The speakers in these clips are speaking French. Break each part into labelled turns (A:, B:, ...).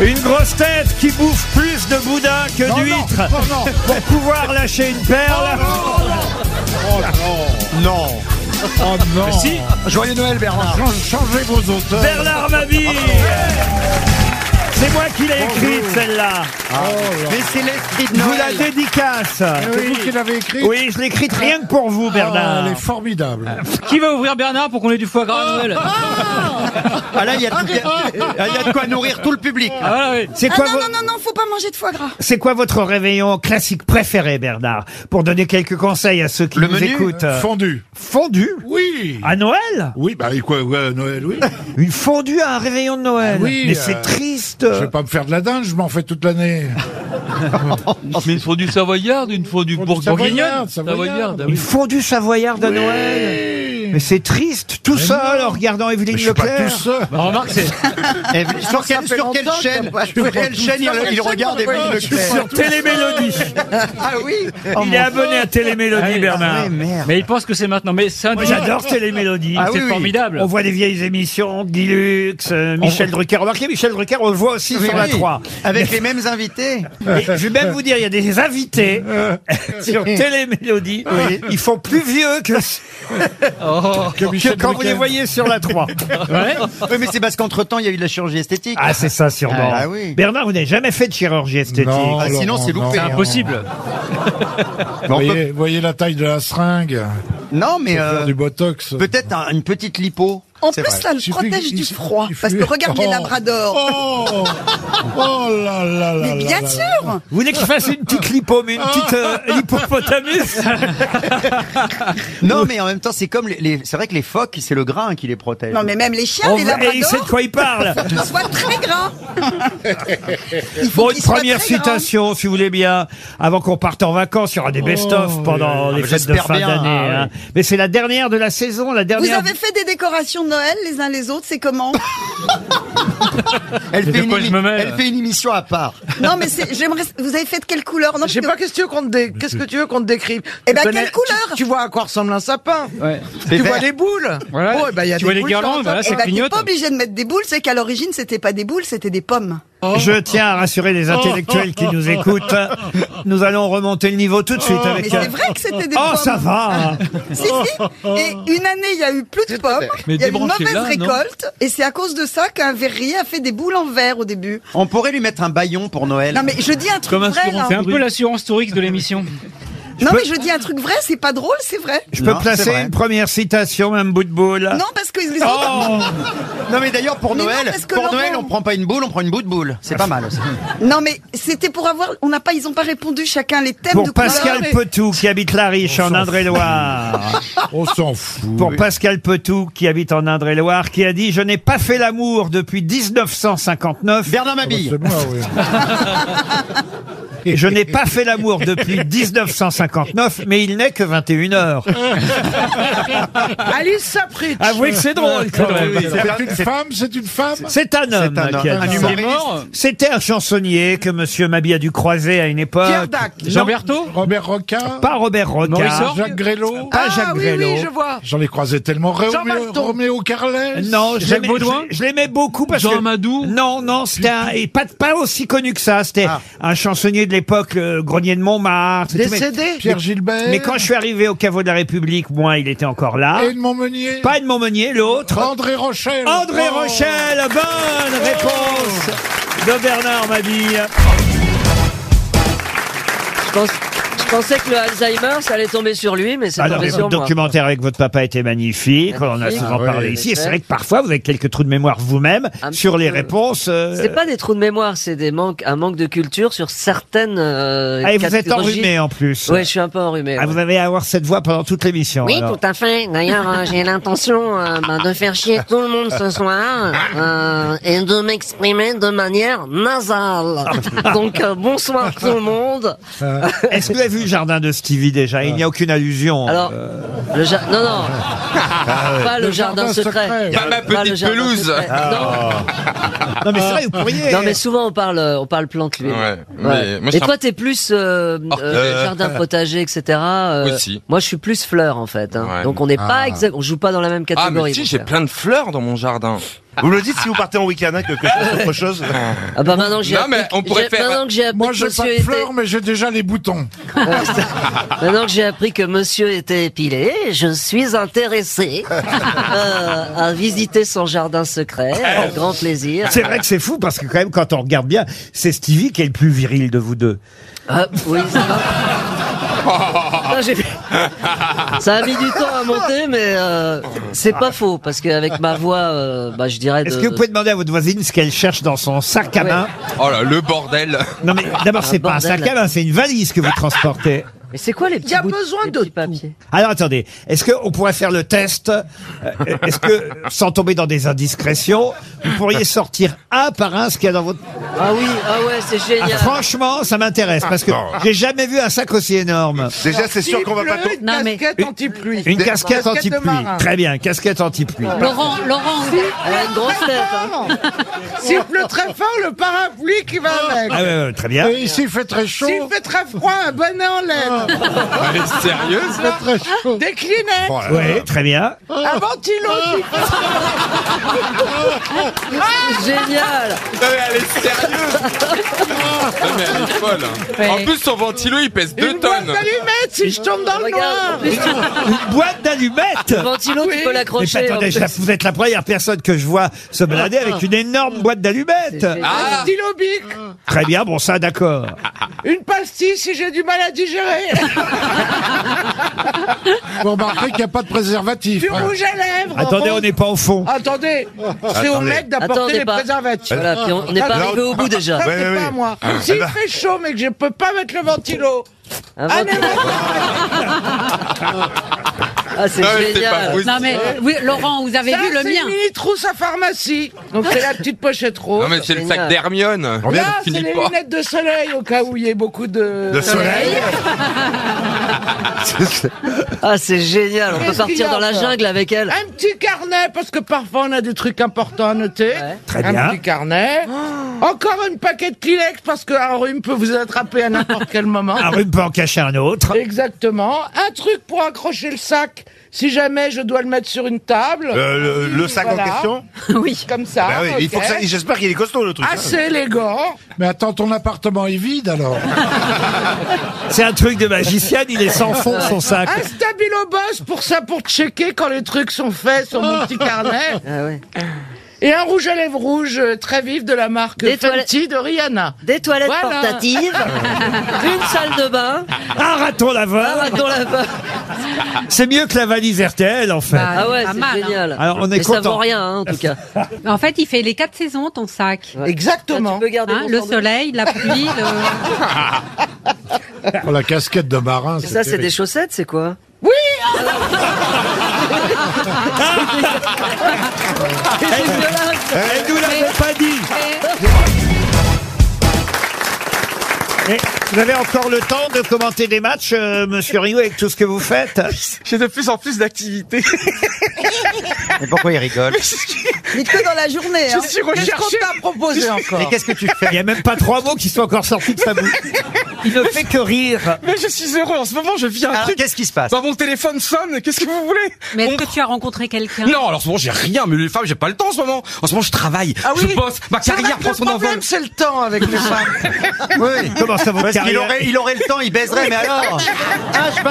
A: Une grosse tête qui bouffe plus de boudin que
B: Non, non,
A: d'huîtres
B: non, non. Oh,
A: pour pouvoir lâcher une perle.
B: Non. Oh non.
A: Si.
B: Joyeux Noël, Bernard. changez vos auteurs.
A: Bernard Mabille C'est moi qui l'ai écrite celle-là.
B: Ah. Oh,
C: Mais c'est l'esprit de
A: Je vous la
C: Noël.
A: dédicace.
B: C'est vous qui l'avez écrit
A: Eh Oui, je l'ai écrite rien que pour vous,
B: Ah,
A: Bernard.
B: Elle est formidable.
D: Qui va ouvrir Bernard pour qu'on ait du foie gras à Noël
C: Ah là, il y, a de- il y a- ah, il y a de quoi nourrir tout le public.
D: Ah, voilà, oui.
A: C'est
E: Ah
A: quoi,
E: non,
A: vo-
E: non, non, non, faut pas manger de foie gras.
A: c'est quoi votre réveillon classique préféré, Bernard Pour donner quelques conseils à ceux qui
C: Le
A: nous
C: menu,
A: écoutent.
B: Fondu. Ah.
A: Fondue
B: euh. Oui.
A: À Noël
B: Oui, bah et quoi, ouais, Noël, oui.
A: Une fondue à un réveillon de Noël.
B: Ah oui,
A: Mais
B: euh,
A: c'est triste.
B: Je vais pas me faire de la dinde, je m'en fais toute l'année.
F: Mais une fondue savoyarde, une fondue
B: Fondue
F: bourguignonne.
B: savoyarde, savoyarde.
F: ah
A: Une
F: oui.
A: fondue savoyarde à Noël. Mais c'est triste, tout seul, en regardant
B: Mais
A: Evelyne
B: je suis pas
A: Leclerc.
B: tout seul.
D: Bah, Remarque, c'est.
C: Et Eh, sur quelle, sur quelle chaîne, sur quelle chaîne il, il regarde et
B: Je suis sur
A: Télémélodie. Oh,
C: Ah oui
A: Il est abonné à Télémélodie,
D: oui,
A: Bernard.
D: Mais il pense que c'est maintenant. Mais c'est un
A: Moi,
D: duo.
A: j'adore Télémélodie.
C: Ah
D: C'est
C: oui, oui.
D: formidable.
A: On voit des vieilles émissions, Guy Lux, euh, Michel Drucker. Remarquez, Michel Drucker, on le voit aussi sur la 3.
C: Avec les mêmes invités.
A: Et je vais même vous dire, il y a des invités sur Télémélodie. Ils font plus vieux que,
D: Oh,
B: Que
A: que
B: Michel
A: quand vous les
B: Drucker.
A: voyez sur la 3.
C: Oui, mais c'est parce qu'entre-temps, il y a eu de la chirurgie esthétique.
A: Ah, c'est ça, sûrement.
C: Ah, oui.
A: Bernard, vous n'avez jamais fait de chirurgie esthétique.
B: Non,
C: Ah, sinon,
B: Laurent,
C: c'est loupé.
B: non.
C: C'est
D: Impossible.
C: Mais on peut-
B: Voyez, voyez la taille de la seringue.
C: Non, mais
B: Faire
C: euh,
B: du botox.
C: peut-être un- une petite lipo.
E: En
C: C'est
E: plus,
C: vrai.
E: ça le
B: Il suffit-
E: protège
B: il
E: du
B: suffit-
E: froid.
B: il
E: Parce que
B: suffit-
E: regarde les
B: Oh.
E: labradors.
B: Oh, oh là là là
E: Mais
B: là
E: bien
B: là là.
E: sûr
A: Vous voulez que je fasse une petite lipo, mais une petite euh,
E: Ah.
A: hippopotamus
C: Non, mais en même temps, c'est comme les, les- c'est vrai que les phoques, c'est le grain qui les protège.
E: Non, mais même les chiens,
A: On
E: les
A: va- Et il sait de
E: labradors,
A: quoi il parle.
E: ils soient très gras. Il faut
A: Bon,
E: qu'ils
A: une
E: soient
A: première
E: très gras.
A: citation, si vous voulez bien, avant qu'on parte en vacances. Il y aura
E: Oh,
A: des best-of pendant les
C: bah,
A: fêtes de
C: j'espère
A: fin
C: bien,
A: d'année.
C: ah,
A: hein. Mais c'est la dernière de la saison, la
E: Vous
A: dernière.
E: avez fait des décorations de Noël les uns les autres, c'est comment
C: Elle, fait une
D: quoi je
C: émi-
D: me mêle
C: elle fait une émission à part.
E: Non, mais c'est- j'aimerais. Vous avez fait de quelle couleur Non,
G: Je sais
E: parce
G: pas,
E: que-
G: qu'est-ce que tu veux qu'on te, dé- qu'est-ce que tu veux qu'on te décrive
E: Eh
G: Tu
E: ben,
G: connais-
E: quelle couleur
G: tu, tu vois à quoi ressemble un sapin
D: Ouais.
C: C'est
G: Tu vois
C: vert.
G: les boules
D: Voilà.
G: Bon, eh ben, il y a
D: Tu
G: des
D: vois les
G: boules
D: guirlandes,
G: sur le
D: voilà,
G: top.
D: c'est-
E: Eh ben, t'es
D: clignote.
E: pas obligé de mettre des boules, c'est qu'à l'origine, c'était pas des boules, c'était des pommes.
A: Je tiens à rassurer les intellectuels qui nous écoutent. Nous allons remonter le niveau tout de suite
E: Oh. Mais
A: avec.
E: c'est vrai que c'était des pommes.
A: Oh, ça va. hein.
E: Si, si. Et une année, il y a eu plus de pommes.
F: Mais
E: Il y a eu une mauvaise
F: débranchez-la, non
E: récolte. Et c'est à cause de ça qu'un verrier a fait des boules en verre au début.
C: On pourrait lui mettre un baillon pour Noël.
E: Non, mais je dis un truc
F: Comme un
E: vrai,
F: second
E: là.
D: C'est un peu l'assurance touriste de l'émission.
E: Non, mais je dis un truc vrai, c'est pas drôle, c'est vrai.
A: Je Ah. peux
C: Non, c'est
A: placer
C: vrai.
A: une première citation, même bout de boule. Oh.
E: Non, parce que les autres.
C: Non, mais d'ailleurs, pour
E: Mais non,
C: Noël,
E: parce que
C: pour
E: Laurent-
C: Noël, on prend pas une boule, on prend une bout de boule. C'est pas mal aussi.
E: Non, mais c'était pour avoir. On n'a pas, ils ont pas répondu chacun les thèmes de
A: Pour
E: couleurs.
A: Pascal
E: Et-
A: Petou, qui habite La Riche, en
B: s'en
A: Indre-et-Loire.
B: On s'en fout.
A: Pour Pascal Petou, qui habite en Indre-et-Loire, qui a dit « Je n'ai pas fait l'amour depuis 1959.
C: Bernard Mabille.
B: C'est moi, oui.
A: Je n'ai pas fait l'amour depuis 1959, mais il n'est que 21 heures.
G: Oh, Alice s'apprête.
A: Avouez que c'est drôle, quand même.
B: C'est une femme, c'est une femme.
A: C'est un homme.
C: un homme.
A: qui a
C: Un
A: dit ça.
C: humoriste.
D: Il est mort.
A: C'était un chansonnier que Monsieur Mabi a dû croiser à une époque.
G: Pierre Dac.
D: Jean Berthaud
B: Robert Roca,
A: Pas Robert
D: Maurice
A: Rocard.
D: Orr
B: Jacques Grélot.
A: Pas Jacques
G: Ah oui,
A: Grélot.
G: oui, je vois.
B: J'en ai croisé tellement.
G: Jean
B: Roméo,
G: Maston.
B: Roméo Carles.
A: Euh, Non,
D: Jacques
A: j'aimais-
D: Baudouin
A: je, je l'aimais beaucoup parce
F: Jean
A: que
F: Amadou
A: non, non, c'était un, et pas pas aussi connu que ça. C'était
B: Ah.
A: un chansonnier de l'époque, le Grenier de Montmartre. et tout, mais-
G: Décédé
B: Pierre Gilbert.
A: Mais quand je suis arrivé au caveau de la République, moi, il était encore là.
B: Anne Montmeunier.
A: Pas de Montmenier, l'autre.
B: André Rochelle.
A: André
B: Oh.
A: Rochelle, bonne réponse de Bernard Mabille.
H: Je, pense- je pensais que le Alzheimer, ça allait tomber sur lui, mais c'est
A: Alors,
H: tombé sur
A: le
H: moi.
A: documentaire avec votre papa était magnifique. On en a souvent
B: Ah ouais.
A: parlé ici. Et c'est
H: Ouais.
A: vrai que parfois, vous avez quelques trous de mémoire vous-même
H: Un
A: sur
H: petit
A: les
H: peu.
A: réponses. euh,
H: C'est pas des trous de mémoire, c'est des manques, un manque de culture sur certaines euh,
A: Ah, et vous êtes
H: catégories.
A: enrhumé en plus.
H: Ouais, je suis un peu enrhumé.
A: Ah,
H: ouais.
A: vous allez avoir cette voix pendant toute l'émission.
H: Oui,
A: alors.
H: tout à fait. D'ailleurs, euh, j'ai l'intention euh, bah, de faire chier tout le monde ce soir euh, et de m'exprimer de manière nasale. Donc, euh, bonsoir tout le monde.
A: Est-ce que vous avez vu le jardin de Stevie déjà Il n'y a aucune allusion. Euh,
H: Alors, le ja- non, non,
A: Ah,
H: pas le, jardin, secret.
B: Pas
H: ma petite pelouse.
A: non, mais c'est vrai, vous pourriez.
H: euh, Non, mais souvent on parle, euh, on parle plante lui.
I: Ouais, mais moi, je
H: Et
I: suis un-
H: toi, t'es plus euh, euh,
I: Euh,
H: jardin potager, etc. euh,
I: Aussi.
H: Moi, je suis plus fleur en fait. hein.
I: Ouais.
H: Donc, on n'est pas exact, on joue pas dans la même
I: Ah, mais
H: catégorie.
I: si,
H: mon
I: j'ai
H: frère.
I: plein de fleurs dans mon jardin. Vous me le dites si vous partez en week-end, hein, que, que je fasse autre chose.
H: Ah bah maintenant que j'ai
F: Non,
H: appris
F: mais on
H: que-
F: pourrait
H: j'ai-
F: faire-
H: maintenant que j'ai appris
B: Moi,
H: que
B: j'ai pas
H: monsieur
B: de
H: était-
B: fleurs, mais j'ai déjà les boutons.
H: Maintenant que j'ai appris que monsieur était épilé, je suis intéressé euh, à visiter son jardin secret, avec grand plaisir.
A: C'est vrai que c'est fou parce que quand même quand on regarde bien, c'est Stevie qui est le plus viril de vous deux.
H: Ah, oui, ça va. Ah, j'ai- ça a mis du temps à monter, mais euh, c'est pas faux, parce qu'avec ma voix, euh, bah, je dirais...
A: Est-ce
H: de-
A: que vous pouvez demander à votre voisine ce qu'elle cherche dans son sac à
H: Ouais.
A: main
F: Oh là, le bordel
A: Non mais d'abord c'est
H: Ah,
A: pas un sac
H: bordel.
A: à main, c'est une valise que vous transportez.
H: Mais c'est quoi les
G: Il y
H: petits
G: a
H: bouts-
G: besoin
H: les
G: de
H: petits
G: tout.
H: papiers
A: Alors attendez, est-ce qu'on pourrait faire le test Euh, Est-ce que, sans tomber dans des indiscrétions, vous pourriez sortir un par un ce qu'il y a dans votre...
H: Ah oui, ah ouais, c'est
A: Ah,
H: génial.
A: franchement, ça m'intéresse parce que
H: Ah.
I: Non.
A: j'ai jamais vu un sac aussi énorme.
I: Déjà, c'est sûr qu'on va pas.
G: Une
J: Non, mais-
G: casquette anti-pluie.
A: Une
I: Des-
A: casquette
G: de
A: anti-pluie.
G: marin.
A: Très bien, casquette anti-pluie.
J: Laurent, Laurent,
H: Elle a une grosse tête. hein.
G: S'il pleut très fort, le parapluie qui va avec.
A: Ah ouais, ouais, très bien.
B: Et ici, il fait très chaud.
G: S'il fait très froid, un bonnet en laine.
F: Elle est sérieuse
B: Il fait très chaud.
G: Des Kleenex.
B: Oh là là.
A: Oui, très bien.
G: Un ventilo. Ah,
H: Génial.
F: Non mais elle est sérieuse Non mais elle est folle hein.
J: Ouais.
F: En plus son ventilo il pèse 2
G: Une boîte
F: tonnes
G: d'allumettes si je tombe dans le noir.
H: Regarde, en plus,
A: Une boîte d'allumettes
H: le ventilo, tu peux
A: mais
H: l'accrocher. en
A: attendez,
H: plus.
A: je- vous êtes la première personne que je vois se balader avec une énorme boîte d'allumettes.
H: Ah, C'est génial. Ah,
G: Un
F: Ah
G: stylo bic.
A: Très bien, bon ça, d'accord.
G: Une pastille si j'ai du mal à digérer.
B: Vous remarquerez bah, qu'il n'y a pas de préservatif.
G: Du
B: hein.
G: rouge à lèvres.
A: Attendez,
G: Enfin,
A: on n'est pas au
H: Ah.
A: fond.
G: Attendez, c'est au
I: Attendez.
G: mec d'apporter
H: Attendez
G: les
H: pas.
G: préservatifs.
H: Voilà, puis on on n'est pas
G: Là,
H: arrivé au bout déjà.
G: Ça,
I: Ouais,
G: c'est
I: ouais,
G: pas
I: ouais.
G: à moi. S'il
I: bah.
G: fait chaud, mais que je peux pas mettre le ventilo,
H: Un
G: un
H: ventilo.
G: élément-
H: Ah, c'est
F: Non, mais c'est pas
H: génial.
F: possible.
J: non mais oui, Laurent, vous avez
G: ça,
J: vu le
G: c'est une
J: mien
G: mini trousse à pharmacie. Donc c'est la petite pochette rose.
F: Non mais c'est le sac
H: Génial.
F: d'Hermione On
G: Là, c'est les lunettes de soleil au cas où il y ait beaucoup de.
I: Le soleil
H: Ah, c'est génial. On peut
G: Qu'est-ce qu'il y
H: partir
G: a
H: dans la
G: encore Ah.
H: jungle avec elle.
G: Un petit carnet, parce que parfois on a des trucs importants à noter.
H: Ouais.
A: Très
G: un
A: bien.
G: petit carnet.
I: Oh.
G: Encore une paquet de Kleenex, parce qu'un rhume peut vous attraper à n'importe quel moment.
I: Ah.
A: Un rhume Ah, peut en cacher un autre.
G: Exactement. Un truc pour accrocher le sac, si jamais je dois le mettre sur une table.
I: Euh, le, le sac
G: Voilà.
I: en question
J: Oui.
G: Comme ça.
I: Bah oui, il faut
G: ok.
I: que ça- J'espère qu'il est costaud le truc. hein.
G: Assez élégant.
B: Mais attends, ton appartement est vide alors.
A: C'est un truc de magicienne, il est sans fond son
H: Ah,
A: sac.
I: Ah,
G: Un stabilo boss pour ça, pour checker quand les trucs sont faits sur mon petit carnet.
H: Ah ouais.
G: Et un rouge à lèvres rouge euh, très vif de la marque
H: Des
G: Fenty de Rihanna.
H: Des toilettes
G: Voilà.
H: portatives, une salle de bain,
A: Un raton
H: un
A: laveur,
H: raton laveur.
A: c'est mieux que la valise RTL en fait.
J: Bah,
H: Ah ouais,
J: pas
H: c'est
J: mal, hein.
H: génial.
A: Alors, on est
H: Mais ça
A: content.
H: vaut rien, hein, en tout cas.
J: En fait, il fait les quatre saisons ton sac.
H: Là,
G: Exactement.
H: Ah, tu peux garder
J: Hein,
H: ton
J: le
H: sandwich.
J: soleil, la pluie, le...
B: Oh, la casquette de marin.
H: Ça, c'est des
B: terrible.
H: chaussettes, c'est quoi
A: Elle nous l'avait pas dit. Et vous avez encore le temps de commenter des matchs, euh, Monsieur Rio, avec tout ce que vous faites.
D: J'ai de plus en plus d'activités.
C: Mais pourquoi il rigole
E: Mais que dans la journée. hein.
G: Je suis recherché. Qu'est-ce qu'on t'a proposé encore
C: Qu'est-ce que tu
A: Il n'y a même pas trois mots qui sont encore sortis de sa bouche. Il ne fait que rire.
D: Mais je suis heureux en ce moment, je vis un
G: Ah.
C: Alors,
D: truc.
C: qu'est-ce qui se passe
D: Bah, mon téléphone sonne, qu'est-ce que vous voulez
J: Mais est-ce
D: On-
J: que tu as rencontré quelqu'un
D: Non, alors en ce moment j'ai rien, mais les femmes j'ai pas le temps en ce moment. En ce moment je travaille,
G: Ah oui
D: je bosse, ma
G: C'est vrai
D: carrière
G: que
D: prend
G: le
D: son
G: problème,
D: envol.
G: c'est le temps avec les femmes.
C: Oui.
A: Comment ça, votre
C: Parce qu'il
A: carrière
C: aurait, il aurait le temps, il baiserait, mais alors H24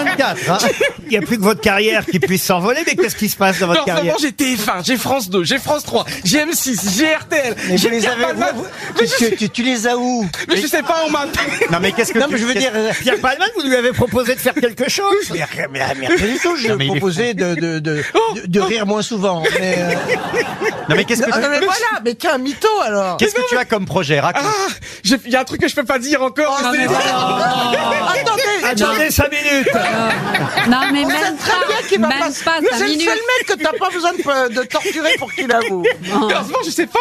C: hein.
A: Il n'y a plus que votre carrière qui puisse s'envoler, mais qu'est-ce qui se passe dans
D: Non,
A: votre
D: en ce
A: carrière
D: moment j'ai TF1, j'ai France 2, j'ai France 3, j'ai M6, j'ai RTL,
C: Mais vous
D: j'ai
C: les
D: Pierre
C: avez,
D: Palmade.
C: vous-
D: mais,
C: tu,
D: je,
C: tu- tu les as où
D: mais je sais pas, on m'a appelé.
C: Non mais qu'est-ce que
A: Non,
C: tu-
A: mais je veux
C: qu'est-ce-
A: dire, euh, Pierre Palman, vous lui avez proposé de faire quelque chose
C: Mais, rien- mais, mais rien du tout, je proposais de, de, de,
A: Oh,
C: de- de rire moins souvent. Mais euh,
I: Non, mais qu'est-ce que
G: Ah, non, mais voilà, mais t'es un mytho alors.
C: qu'est-ce que tu as comme projet Raconte.
D: Ah, j'ai- il y a un truc que je peux pas dire encore. mais c'est-
G: Attendez,
A: Attendez cinq minutes
J: Non, mais
G: On
J: même
G: sait très bien
J: pas,
G: qu'il va
J: même
G: pas.
J: pas,
G: Mais
J: cinq
G: c'est le
J: minutes.
G: seul mec que t'as pas besoin de, de torturer pour qu'il avoue.
H: Oh,
D: Mais en ce moment, je sais pas.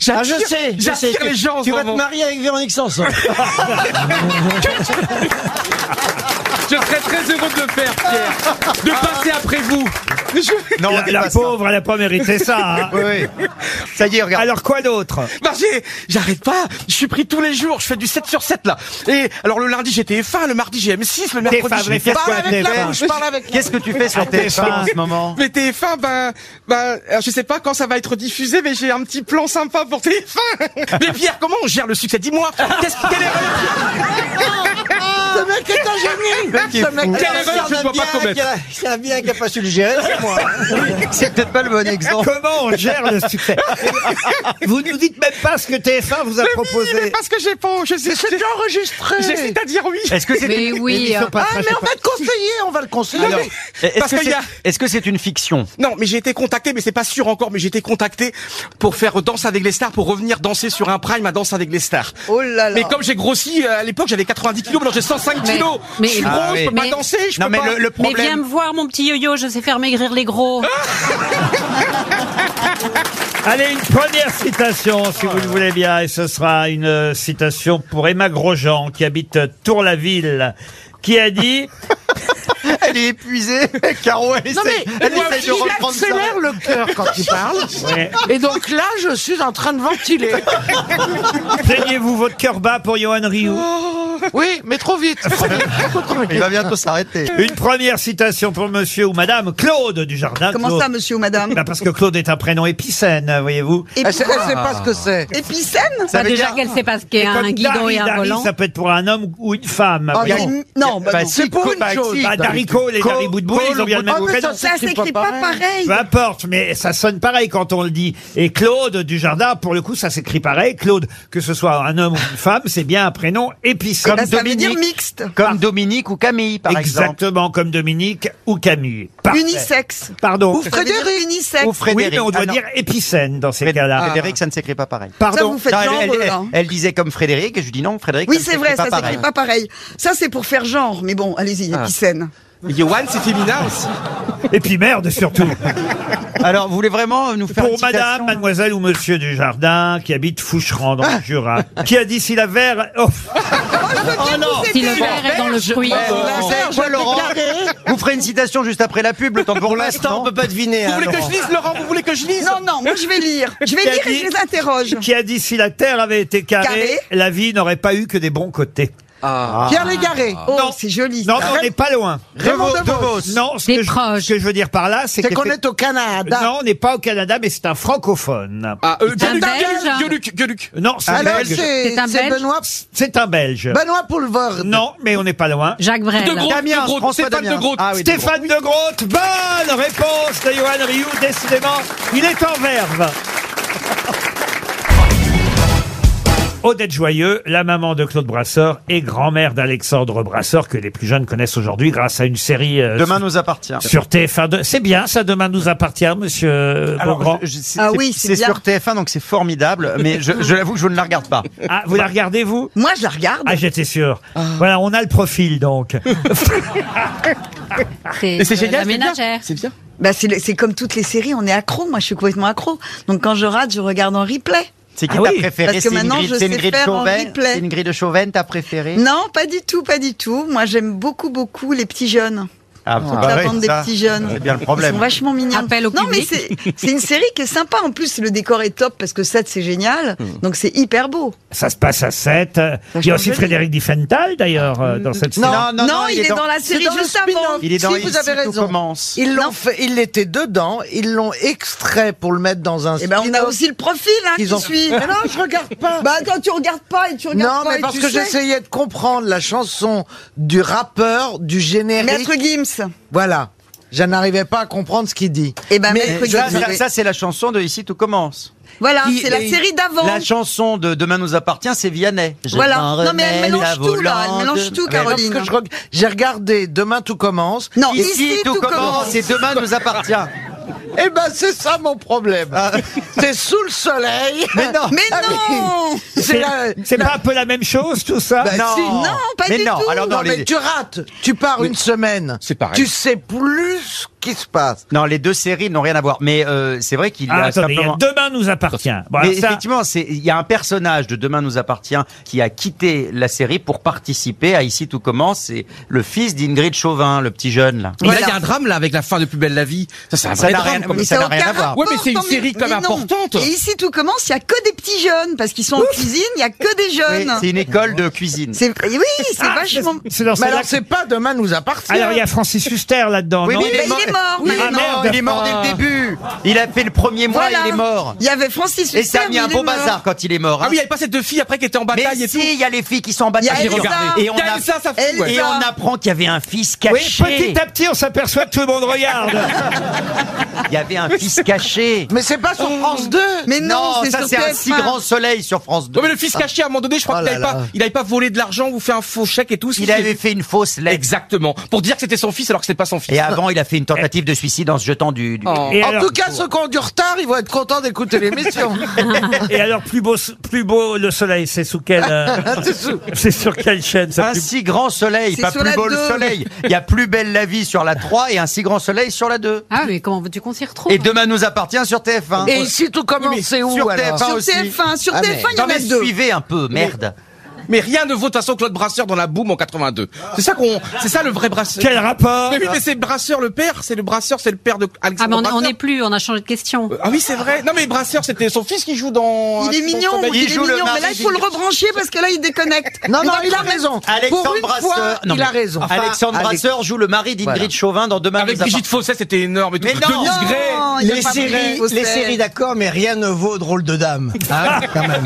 D: J'attire,
C: Ah, je sais, je sais.
D: j'attire les gens en
C: tu
D: ce
C: vas te
D: moment.
C: marier avec Véronique Sanson.
D: Je serais très heureux de le faire, Pierre. De passer après vous.
A: Non, la, la pauvre, elle n'a pas mérité ça. hein.
D: Ça y est, regarde.
A: Alors quoi d'autre
D: Marger, j'arrête pas. Je suis pris tous les jours. Je fais du 7 sur 7 là. Et alors le lundi j'étais F1, le mardi j'ai M6, le mercredi
A: TF1, mais
D: j'ai
A: qu'est-ce
D: parle
A: qu'on a
D: avec la
A: TF1?
D: bouche, je parle avec la
C: Qu'est-ce que tu fais sur tes
A: TF1
C: en ce moment
D: mais TF1, ben, ben, alors, je sais pas quand ça va être diffusé, mais j'ai un petit plan sympa pour TF1. mais Pierre, comment on gère le succès Dis-moi, qu'est-ce quelle erreur,
G: Ce mec est un génie Ce mec est
D: quelle erreur tu ne dois pas commettre
C: C'est un bien qui a pas su le gérer, c'est moi. C'est peut-être pas le bon exemple.
A: Comment on gère le succès Vous nous dites même pas ce que TF1 vous a
D: Mais oui, mais
A: proposé.
D: parce que j'ai pas, je sais,
G: C'est enregistré
D: j'hésite à dire oui.
C: Est-ce que c'est
J: Mais oui. euh,
G: Ah mais on va le conseiller, on va le conseiller
D: Alors,
C: est-ce
D: Parce
C: que
D: qu'il y
C: c'est
D: a-
C: est-ce que c'est une fiction
D: Non, mais j'ai été contacté, mais c'est pas sûr encore, mais j'ai été contacté pour faire Danse avec les stars, pour revenir danser sur un prime à Danse avec les stars.
E: Oh là là.
D: Mais comme j'ai grossi, euh, à l'époque j'avais 90 kilos, maintenant j'ai 105
J: Mais-
D: kilos.
J: mais-
D: je suis
J: Ah
D: gros, je peux
J: oui.
D: pas danser, je
I: Non,
D: peux
I: mais
D: pas.
I: le, le
J: Mais viens
I: problème.
J: me voir, mon petit yo-yo, je sais faire maigrir les gros.
A: Allez, une première citation, si vous le voulez bien, et ce sera une euh, citation pour Emma Grosjean, qui habite euh, Tour-la-Ville, qui a dit
C: Elle est épuisée. Caro, elle essaie, elle essaie de
G: Il
C: reprendre ça.
G: accélère le cœur quand il parle.
A: Ouais.
G: Et donc là, je suis en train de ventiler.
A: Eh, Plaignez-vous votre cœur bas pour Johan Rioux.
G: Oui, mais trop vite. Trop vite, trop, trop vite.
C: Il va bientôt s'arrêter.
A: Une première citation pour monsieur ou madame Claude du Jardin.
E: Comment ça, monsieur ou madame
A: Parce que Claude est un prénom épicène, voyez-vous.
E: Et
G: Elle sait, elle sait pas ce que c'est.
E: Épicène
J: Bah, déjà qu'elle sait pas ce qu'est un
A: Comme
J: guidon et
A: Dari,
J: un
A: Dari,
J: volant.
A: Ça peut être pour un homme ou une femme.
E: Ah,
A: voyez-vous.
E: mais- Non, bah non.
G: C'est pour une chose.
A: Bah, Dari Cole et Dari Boudboul, ils ont bien le
G: Ah,
A: même
G: mais
A: prénom.
E: Oh, Ça s'écrit pas pareil.
A: Peu importe, mais ça sonne pareil quand on le dit. Et Claude du Jardin, pour le coup, ça s'écrit pareil. Claude, que ce soit un homme ou une femme, c'est bien un prénom épicé.
E: Bah, ça veut dire mixte.
C: Comme Dominique ou Camille, par exemple.
A: Exactement comme Dominique ou Camille. Parfait.
E: Unisexe.
A: Pardon.
E: Ça veut dire unisexe.
C: Ou
A: Oui,
C: Frédéric.
A: mais on doit
C: Ah, non.
A: dire épicène dans ces cas-là.
C: Frédéric, ça ne s'écrit pas pareil.
E: Ça,
A: Pardon.
E: Ah, vous faites
C: Non, elle,
E: genre,
C: elle- elle-
E: là. hein.
C: elle disait comme Frédéric, et je lui dis non, Frédéric.
E: Oui,
C: ne
E: c'est
C: s'écrit
E: vrai,
C: pas
E: ça
C: pareil.
E: s'écrit pas pareil. Ça, c'est pour faire genre, mais bon, allez-y, épicène.
D: Johan, c'est féminin aussi.
A: Et puis merde surtout.
C: Alors, vous voulez vraiment euh, nous faire une
A: Pour
C: citation
A: madame, mademoiselle ou monsieur du Jardin, qui habite Foucheran
C: Ah.
A: dans le Jura, qui a dit si la verre... Oh,
J: Si le verre est dans le fruit.
C: Laser, je Laurent Euh, Vous ferez une citation juste après la pub, le temps
I: Pour
C: nous,
I: l'instant,
C: non
I: on peut pas deviner.
D: Vous
I: hein,
D: voulez que
I: Laurent.
D: je lise, Laurent Vous voulez que je lise
E: Non, non, moi je vais lire. Je vais
A: Qui a
E: lire et
A: dit-
E: je les interroge.
A: qui a dit si la terre avait été carrée,
E: Carrée.
A: la vie n'aurait pas eu que des bons côtés.
D: Ah.
G: Pierre Légaré.
E: Oh, c'est joli.
A: Non,
E: ça.
A: mais on n'est pas loin.
G: Raymond
C: De
G: Devos.
C: Vos.
A: Non, ce
J: Des
A: que, je,
J: proches.
A: ce que je veux dire par là, c'est
G: C'est
A: que
G: qu'on est au Canada.
A: non, on n'est pas au Canada, mais c'est un francophone.
D: Ah, euh,
J: Un
D: Gueluc,
J: Belge.
D: Gueluc, Gueluc.
A: Non, c'est un
G: Alors,
A: Belge.
G: c'est
J: C'est un
G: c'est
J: Belge
G: Benoît,
A: C'est un Belge.
G: Benoît Poulvord.
A: Non, mais on n'est pas loin.
J: Jacques Brel.
D: De Gros,
C: Damien,
D: de Gros,
C: François
D: Stéphane
C: Damien.
D: de Gros.
C: Ah oui, de
A: Stéphane de Grotte, bonne réponse de Johan Rioux, décidément, il est en verve. Odette Joyeux, la maman de Claude Brasseur et grand-mère d'Alexandre Brasseur, que les plus jeunes connaissent aujourd'hui grâce à une série euh,
C: Demain nous appartient.
A: sur TF1. C'est bien, ça, demain nous appartient, monsieur euh, Beaugrand.
C: je- je- c'est
E: Ah
C: c'est-
E: oui, c'est
C: c'est
E: bien.
C: sur TF1, donc c'est formidable, mais je, je l'avoue que je ne la regarde pas.
A: Ah, vous la regardez, vous
E: Moi, je la regarde.
A: Ah, j'étais sûr. Voilà, on a le profil, donc.
J: C'est euh, la ménagère.
D: C'est bien.
E: Bah, c'est le- c'est comme toutes les séries, on est accro. Moi, je suis complètement accro. Donc, quand je rate, je regarde en replay.
C: C'est qui
A: Ah
C: ta
A: oui,
C: préférée
E: parce que
C: C'est
E: maintenant,
C: Ingrid,
E: je
C: c'est
E: sais
C: Ingrid
E: faire en
C: Chauvin
E: replay.
C: C'est Ingrid Chauvin, ta préférée
E: Non, pas du tout, pas du tout. Moi, j'aime beaucoup, beaucoup les petits jeunes.
C: Ah, bah
E: la
C: ouais,
E: bande des
C: ça,
E: petits jeunes.
C: C'est bien le
E: Ils
C: problème.
E: sont vachement mignons.
J: Appel au
E: non,
J: public.
E: mais c'est- c'est une série qui est sympa. En plus, le décor est top parce que 7, c'est génial.
C: Hmm.
E: Donc, c'est hyper beau.
A: ça se passe à 7. Il y a aussi Frédéric Diffenthal, d'ailleurs, euh, dans cette série.
E: Non, il, est dans, la
G: C'est
E: série
G: dans le
E: juste avant.
G: spin-off.
C: Il est dans
G: si vous
C: Ici,
G: avez
C: tout
G: raison.
C: commence.
G: Ils l'ont
E: Non.
G: fait, il était dedans, ils l'ont extrait pour le mettre dans un
E: Et ben, on a
G: spin-off.
E: aussi le profil hein, qui
G: Ils ont-
E: suit.
G: Mais non, je regarde pas.
E: Bah, quand tu regardes pas et tu regardes
G: non,
E: pas
G: mais
E: et
G: parce
E: tu
G: que
E: sais.
G: j'essayais de comprendre la chanson du rappeur, du générique.
E: Maître Gims.
G: Voilà. Je n'arrivais pas à comprendre ce qu'il dit.
E: Eh ben,
G: mais
E: Maître
G: je-
C: Ça,
E: Gims.
C: ça- ça, c'est la chanson de Ici tout commence.
E: Voilà,
G: Il-
E: c'est la
G: il-
E: série d'avant.
C: La chanson de Demain nous appartient, c'est Vianney. Je
E: Voilà.
C: m'en
E: Non, mais elle
C: remets
E: mélange
C: la
E: tout, là. Elle
C: volante.
E: mélange tout,
C: Ouais.
E: Caroline. hein.
G: parce que je reg- J'ai regardé Demain tout commence.
E: Non,
C: Ici, tout, commence,
E: commence.
C: et Demain nous appartient.
G: Eh ben, c'est ça mon problème.
C: Ah.
G: C'est sous le soleil.
C: Mais non.
E: Mais
G: Ah,
E: non
G: C'est la-
A: C'est pas un peu la même chose, tout ça Ah,
G: Bah,
C: non.
G: si.
E: Non, pas
C: mais
E: du
C: non.
E: tout.
C: Alors,
G: Non,
C: non, les-
G: mais tu rates. Tu pars une semaine.
D: C'est pareil.
G: Tu sais plus
C: qui se passe Non, les deux séries n'ont rien à voir. Mais euh, c'est vrai qu'il
A: Ah,
C: a
A: attendez, il y a
C: simplement...
A: Demain nous appartient. Bon, alors
C: Mais
A: ça-
C: effectivement, c'est- il y a un personnage de Demain nous appartient qui a quitté la série pour participer à Ici tout commence. C'est le fils d'Ingrid Chauvin, le petit jeune là.
D: Mais là, il y a un drame là avec la fin de Plus belle la vie. Ça, c'est un
C: Ça
D: vrai
C: n'a
D: drame.
C: rien-
D: quand même.
C: mais ça n'a rien à voir.
D: Ouais, mais c'est une
E: Tant mieux.
D: série quand même
E: Mais non.
D: importante.
E: Et ici tout commence, il y a que des petits jeunes parce qu'ils sont en cuisine, il y a que des
C: Oui,
E: jeunes.
C: C'est une école de cuisine.
E: C'est oui, c'est vachement.
A: Ah, C'est dans
G: Mais
A: celle-là
G: alors,
A: que-
G: c'est pas demain nous appartient.
A: Alors il y a Francis Huster là-dedans.
C: Oui,
A: non
C: mais il est
E: Mais il est mort.
C: Oui,
E: il est
C: non,
E: mort.
C: il est mort dès le début. Il a fait le premier mois,
E: Voilà.
C: il est mort.
E: Il y avait Francis Huster.
C: Et ça a mis
E: mais
C: un
E: il
C: beau
E: est mort.
C: bazar quand il est mort. hein.
D: Ah oui, il y avait pas ces deux filles après qui étaient en
C: mais
D: bataille et tout.
C: si, il y a les filles qui sont en bataille.
E: Il y a Elsa.
C: Et on,
D: Il y a
C: a-
D: Elsa, sa fille, ouais.
C: et
E: Elsa.
C: on apprend qu'il y avait un fils
A: Oui,
C: caché.
A: petit à petit on s'aperçoit que tout le monde regarde.
C: Il y avait un fils caché.
G: Mais c'est pas sur France 2
E: Mais non, c'est
C: ça
E: sur
C: c'est un si
E: TF1.
C: grand soleil sur France 2.
D: Non mais le fils caché à un moment donné, je crois qu'il avait pas, il avait pas volé de l'argent ou fait un faux chèque et tout. ce
C: Il
D: qui-
C: avait fait une fausse lettre.
D: Exactement. Pour dire que c'était son fils alors que c'était pas son fils.
C: Et avant, il a fait une tentative de suicide en se jetant du. du-
D: Oh.
A: Et
G: En
A: alors-
G: tout cas, ceux qui ont du retard, ils vont être contents d'écouter l'émission.
A: Et alors, plus beau, plus beau le soleil, c'est sous quelle, euh, c'est sur quelle chaîne ça
C: Un
A: plus-
C: si grand soleil,
E: C'est
C: pas
E: sur
C: plus
E: la
C: beau le
E: deux.
C: soleil. Il y a plus belle la vie sur la 3 et un si grand soleil sur la 2.
J: Ah, mais comment veux-tu qu'on s'y retrouve Ah
C: Et demain nous appartient sur TF1.
G: Et ici tout commence, c'est où
C: sur
G: alors
C: TF1
E: Sur
C: aussi.
E: TF1, sur
G: Ah, mais-
E: TF1, il y
C: Non
E: en a
C: mais
E: deux.
C: suivez un peu, merde.
D: Mais rien ne vaut de toute façon Claude Brasseur dans la boum en 82. C'est ça qu'on, c'est ça le vrai Brasseur.
A: Quel rapport
D: Mais oui, mais c'est Brasseur le père, c'est le Brasseur, c'est le père de
J: Ah, mais
D: Alexandre
J: on- on
D: Brasseur.
J: n'est plus, on a changé de question.
D: Ah oui, c'est vrai. Non mais Brasseur, c'était son fils qui joue dans.
E: Il est
D: dans
E: mignon,
D: Sommeil.
E: il,
C: il
E: est
C: joue le
E: mignon, mais là
C: mari
E: il faut le
C: du-
E: rebrancher parce que là il déconnecte.
G: Non,
E: Mais
G: non,
E: dans-
G: il a raison. Pour
C: Alexandre
G: une
C: Brasseur,
G: fois,
C: non,
G: il
C: mais-
G: a raison.
C: Enfin, Alexandre
G: Alex-
C: Brasseur joue le mari d'Ingrid
G: Voilà.
C: Chauvin dans Demain
D: Avec
C: nous
D: Brigitte
C: appartient.
D: Fawcett, c'était énorme et tout.
C: Mais non
D: Denise Gray.
E: Non, il est
K: Les
E: pas
K: séries,
E: vrai,
K: les
E: c'est-
K: séries d'accord, mais rien ne vaut drôle de dame. Hein, quand même.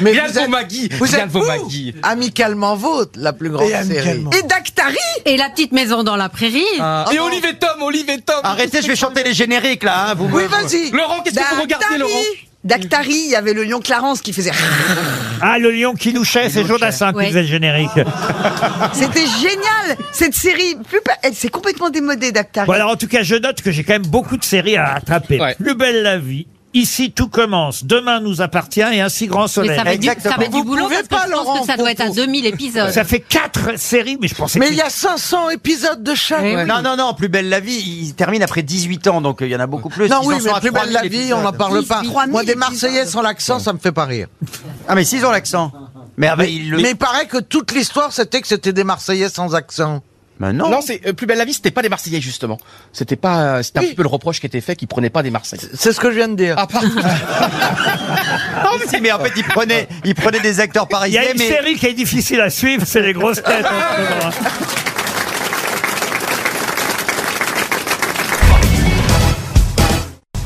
G: Mais
D: Yann
G: vous êtes-
D: Vomagui.
G: Vous
D: Yann
G: êtes où
D: Vomagui.
G: Amicalement vôtre, la plus grande
K: Et
G: série.
K: amicalement.
E: Et Dactari
J: Et la petite maison dans la prairie
D: Ah,
G: Oh
D: et
G: non.
D: Olivier Tom, Olivier Tom.
C: Arrêtez, je vais chanter les génériques là. hein, vous
G: Oui,
C: me-
G: vas-y.
D: Laurent, qu'est-ce
E: Bah,
D: que vous regardez,
E: Dactari
D: Laurent
E: Dactari, il y avait le lion Clarence qui faisait.
A: Ah, le lion qui louchait, c'est Jodassin
J: Ouais. Ah.
A: qui faisait le générique.
E: C'était génial cette série. Plus pa- elle s'est complètement démodée Dactari.
A: Bon, alors en tout cas, je note que j'ai quand même beaucoup de séries à attraper.
D: Ouais.
A: Plus belle la vie. Ici, tout commence. Demain nous appartient et un si grand
J: Mais
A: soleil.
J: ça va être du, ça va être du
G: Vous
J: boulot
G: pouvez
J: parce que
G: pas,
J: je pense
G: Laurent,
J: que ça doit
G: pour-
J: être à 2000 épisodes.
A: Ça fait quatre séries, mais je pensais
G: Mais
A: que-
G: il y a 500 épisodes de chaque.
J: Eh oui.
C: Non, non, non, Plus belle la vie, il termine après 18 ans, donc euh, il y en a beaucoup plus.
G: Non,
C: Ils
G: oui,
C: en sont
G: mais
C: à
G: plus belle la
C: 3000
G: vie, on n'en parle pas.
E: 3000
G: Moi, des
E: épisodes.
G: Marseillais sans l'accent, ça me fait pas rire.
C: Ah, mais s'ils ont l'accent. Mais, ah, bah, ils le...
G: Mais il paraît que toute l'histoire, c'était que c'était des Marseillais sans accent.
C: Bah, non.
D: Non, c'est euh, plus belle la vie, c'était pas des Marseillais justement. C'était pas, euh, c'était un petit peu le reproche qui était fait qu'ils prenaient pas des Marseillais.
G: C'est ce que je viens de dire.
D: Ah pardon.
C: Si, mais en fait, ils prenaient, ils prenaient des acteurs
A: Il y
C: parisiens,
A: a une
C: mais
A: série qui est difficile à suivre, c'est les grosses têtes. en ce moment.